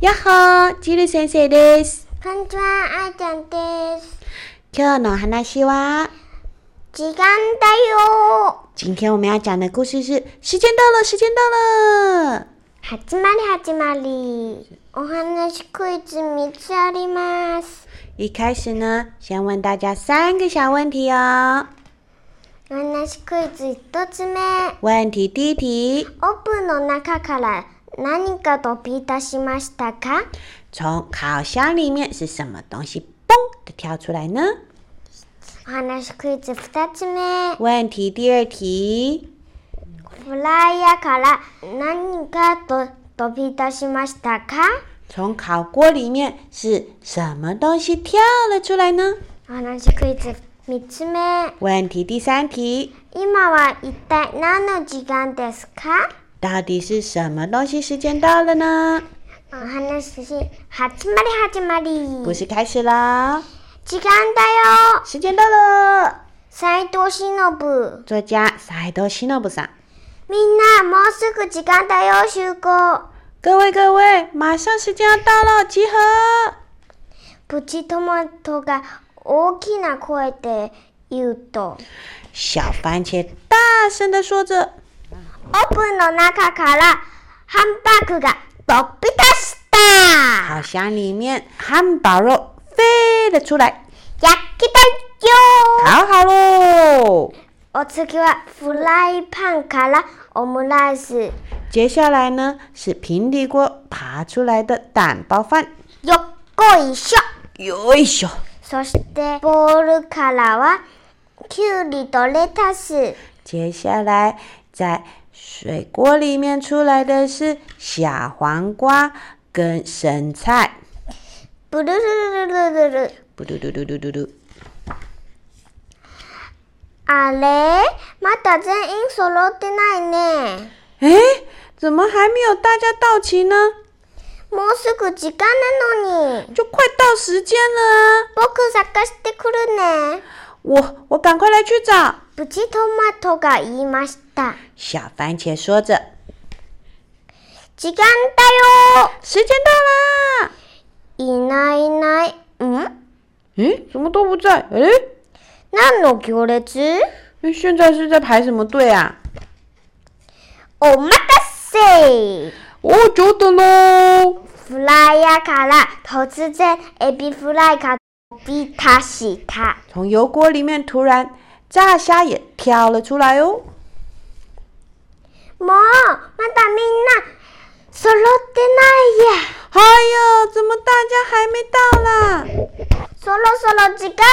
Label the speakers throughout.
Speaker 1: やっほージル先生です。
Speaker 2: こんにちは、あいちゃんです。
Speaker 1: 今日のお話は、
Speaker 2: 時間だよ
Speaker 1: 今天我们要讲的故事是时间到了，时间到了。
Speaker 2: 始まり始まり。お話クイズ3つあります。
Speaker 1: 一开始呢，先问大家三个小问题哦。
Speaker 2: お話クイズ1つ目。
Speaker 1: 问题第一题，
Speaker 2: オープンの中から何か飛び出しましたか
Speaker 1: 从烤箱里面是什么东西嘣的跳出来呢？
Speaker 2: お話クイズ2つ目。
Speaker 1: 问题第二题，
Speaker 2: フライヤーから何かと飛び出しましたか
Speaker 1: 从烤锅里面是什么东西跳了出来呢？
Speaker 2: お話クイズ3つ目。
Speaker 1: 问题第三题，
Speaker 2: 今は一体何の時間ですか
Speaker 1: 到底是什么东西时间到了呢？
Speaker 2: お話し始まり始まり。
Speaker 1: 故事开始啦！
Speaker 2: 時間だよ。
Speaker 1: 时间到了。
Speaker 2: 斉藤忍。
Speaker 1: 作家塞多西诺布桑，
Speaker 2: みんな、もうすぐ時間だよ、集合。
Speaker 1: 各位各位，马上时间要到了，集合！
Speaker 2: プチトマトが大きな声で言うと、
Speaker 1: 小番茄大声地说着
Speaker 2: オープンの中からハンバーグが飛び出し：“た。
Speaker 1: 烤箱里面汉堡肉飞了出来，
Speaker 2: 焼きたいよ。
Speaker 1: 烤好喽！
Speaker 2: お次はフライパンからオムライス。よ
Speaker 1: 接下来呢是平底锅爬出来的蛋包饭，
Speaker 2: っこいしょ。
Speaker 1: 哟哎一咻！
Speaker 2: そしてボールからはきゅうりとレタス
Speaker 1: 接下来在水锅里面出来的是小黄瓜跟生菜，
Speaker 2: ブルルルルルルル
Speaker 1: 嘟嘟嘟嘟嘟嘟嘟，
Speaker 2: あれまだ全員揃ってないね
Speaker 1: 哎，怎么还没有大家到齐呢？
Speaker 2: もうすぐ時間なのに
Speaker 1: 就快到时间了啊！
Speaker 2: 僕探してくるね
Speaker 1: 我我赶快来去找。”
Speaker 2: プチトマトが言いました
Speaker 1: 小番茄说着
Speaker 2: 時間だよ：“
Speaker 1: 时间到啦！”
Speaker 2: いないいない
Speaker 1: 嗯
Speaker 2: ん
Speaker 1: 咦，怎么都不在？诶，
Speaker 2: 何の行列
Speaker 1: 那现在是在排什么队啊？
Speaker 2: お待たせ
Speaker 1: 哦，久等喽！
Speaker 2: フライヤーから突然エビフライが飛び出した
Speaker 1: 从油锅里面突然炸虾也跳了出来哦。
Speaker 2: もうまだみんな揃ってないや
Speaker 1: 哎呀，怎么大家还没到啦？
Speaker 2: そろそろ時間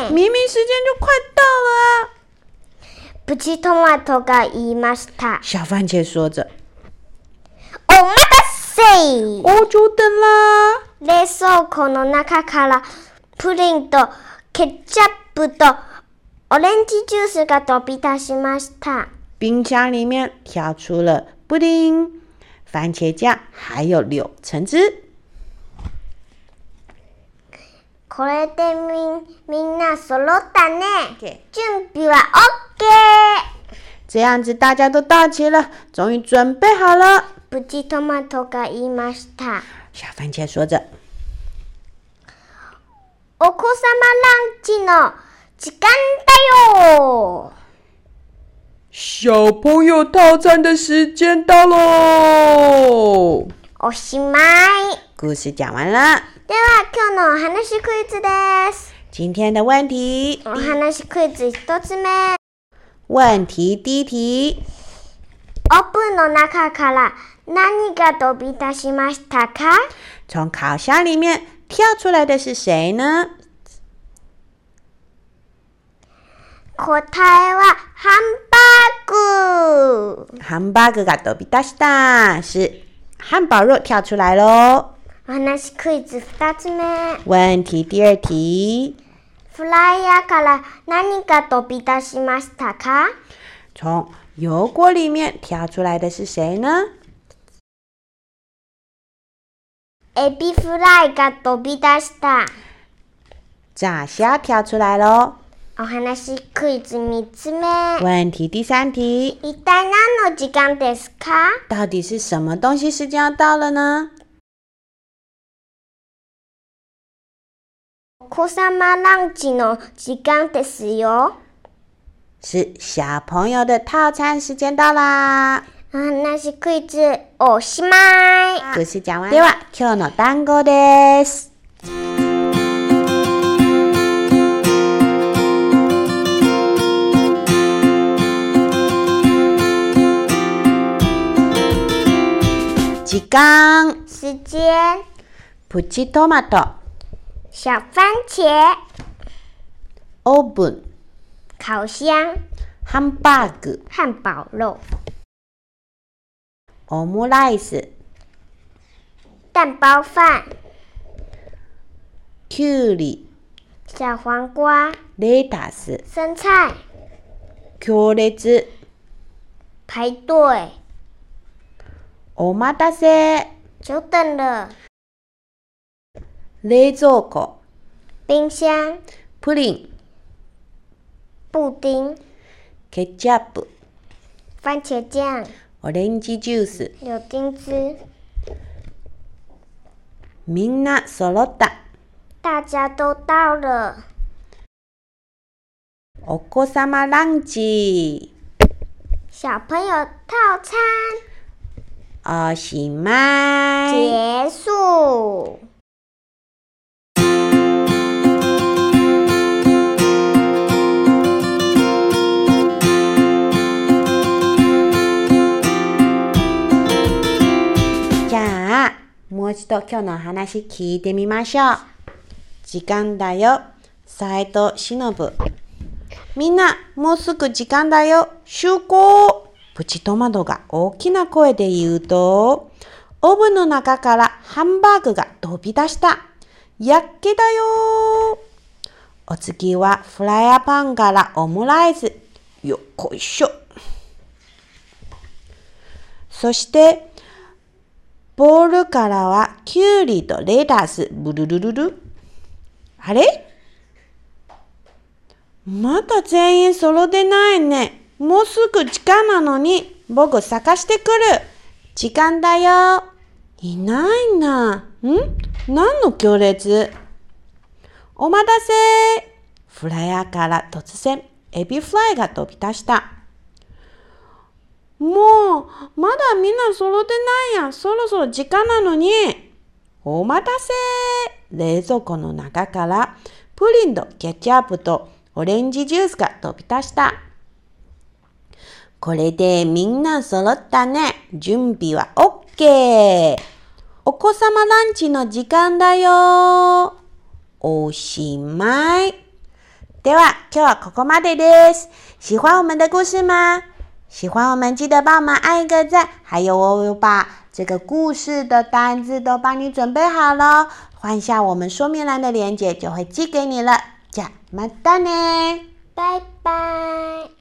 Speaker 2: なのに
Speaker 1: 明明时间就快到了啊！
Speaker 2: プチトマトが言いました
Speaker 1: 小番茄说着
Speaker 2: お待たせ
Speaker 1: 哦，久等啦！
Speaker 2: 冷蔵庫の中からプリンとケチャップとオレンジジュースが飛び出しました
Speaker 1: 冰箱里面跳出了布丁、番茄酱，还有柳橙汁。
Speaker 2: これでみんみんな揃ったね
Speaker 1: OK
Speaker 2: 準備は OK
Speaker 1: 这样子大家都到齐了，终于准备好了。
Speaker 2: プチトマトが言いました
Speaker 1: 小番茄说着
Speaker 2: お子様ランチの時間だよ：“
Speaker 1: 小朋友套餐的时间到喽
Speaker 2: おしまい！”
Speaker 1: 故事讲完了。
Speaker 2: では今日のお話クイズです
Speaker 1: 今天的问题，
Speaker 2: お話クイズ1つ目
Speaker 1: 问题第一题，
Speaker 2: オープンの中から何が飛び出しましたか
Speaker 1: 从烤箱里面跳出来的是谁呢？
Speaker 2: 答えはハンバーグ
Speaker 1: ハンバーグが飛び出した是汉堡肉跳出来喽。
Speaker 2: お話クイズ2つ目。
Speaker 1: 问题第二题，
Speaker 2: フライヤーから何か飛び出しましたか
Speaker 1: 从油锅里面跳出来的是谁呢？
Speaker 2: エビフライが飛び出した。
Speaker 1: 炸虾跳出来喽。
Speaker 2: お話クイズ3つ目。
Speaker 1: 问题第三题，
Speaker 2: 一体何の時間ですか
Speaker 1: 到底是什么东西时间要到了呢？
Speaker 2: お子様ランチの時間ですよ。
Speaker 1: 是小朋友的套餐时间到啦。
Speaker 2: お話クイズおしまい。
Speaker 1: 故事讲完。では、今日の単語です。時間、
Speaker 2: 时间、
Speaker 1: プチトマト、
Speaker 2: 小番茄、
Speaker 1: オーブン、
Speaker 2: 烤箱、
Speaker 1: ハンバーグ、
Speaker 2: 汉堡肉、
Speaker 1: オムライス、
Speaker 2: 蛋包饭、
Speaker 1: きゅうり、
Speaker 2: 小黄瓜、
Speaker 1: レタス、
Speaker 2: 生菜、
Speaker 1: 強烈、
Speaker 2: 排队、
Speaker 1: お待たせ、
Speaker 2: 久等了、
Speaker 1: 冷蔵庫、
Speaker 2: 冰箱、
Speaker 1: プリン、
Speaker 2: 布丁、
Speaker 1: ケチャップ、
Speaker 2: 番茄酱、
Speaker 1: オレンジジュース、
Speaker 2: 柳丁汁，
Speaker 1: みんな揃った。
Speaker 2: 大家都到了。
Speaker 1: お子様ランチ。
Speaker 2: 小朋友套餐
Speaker 1: おしまい。
Speaker 2: 结束。
Speaker 1: じゃあ、もう一度今日のお話聞いてみましょう。時間だよ。斉藤忍。みんな、もうすぐ時間だよ。集合プチトマトが大きな声で言うと、オーブンの中からハンバーグが飛び出した。やっけだよお次はフライヤーパンからオムライス。よっこいしょ。そして、ボールからはキュウリとレタス。ブルルルル。あれまだ全員揃ってないね。もうすぐ時間なのに、僕探してくる。時間だよ。いないな。ん何の行列お待たせフライヤーから突然、エビフライが飛び出した。もう、まだみんな揃ってないやん。そろそろ時間なのに。お待たせ冷蔵庫の中から、プリンとケチャップとオレンジジュースが飛び出した。これでみんな揃ったね。準備は OK! お子様ランチの時間だよおしまい。では、啊今日はここまでです。喜欢我们的故事吗？喜欢我们记得帮我们按一个赞，还有我有把这个故事的单字都帮你准备好了，换下我们说明栏的链接就会寄给你了。じゃあまたね。
Speaker 2: 拜拜。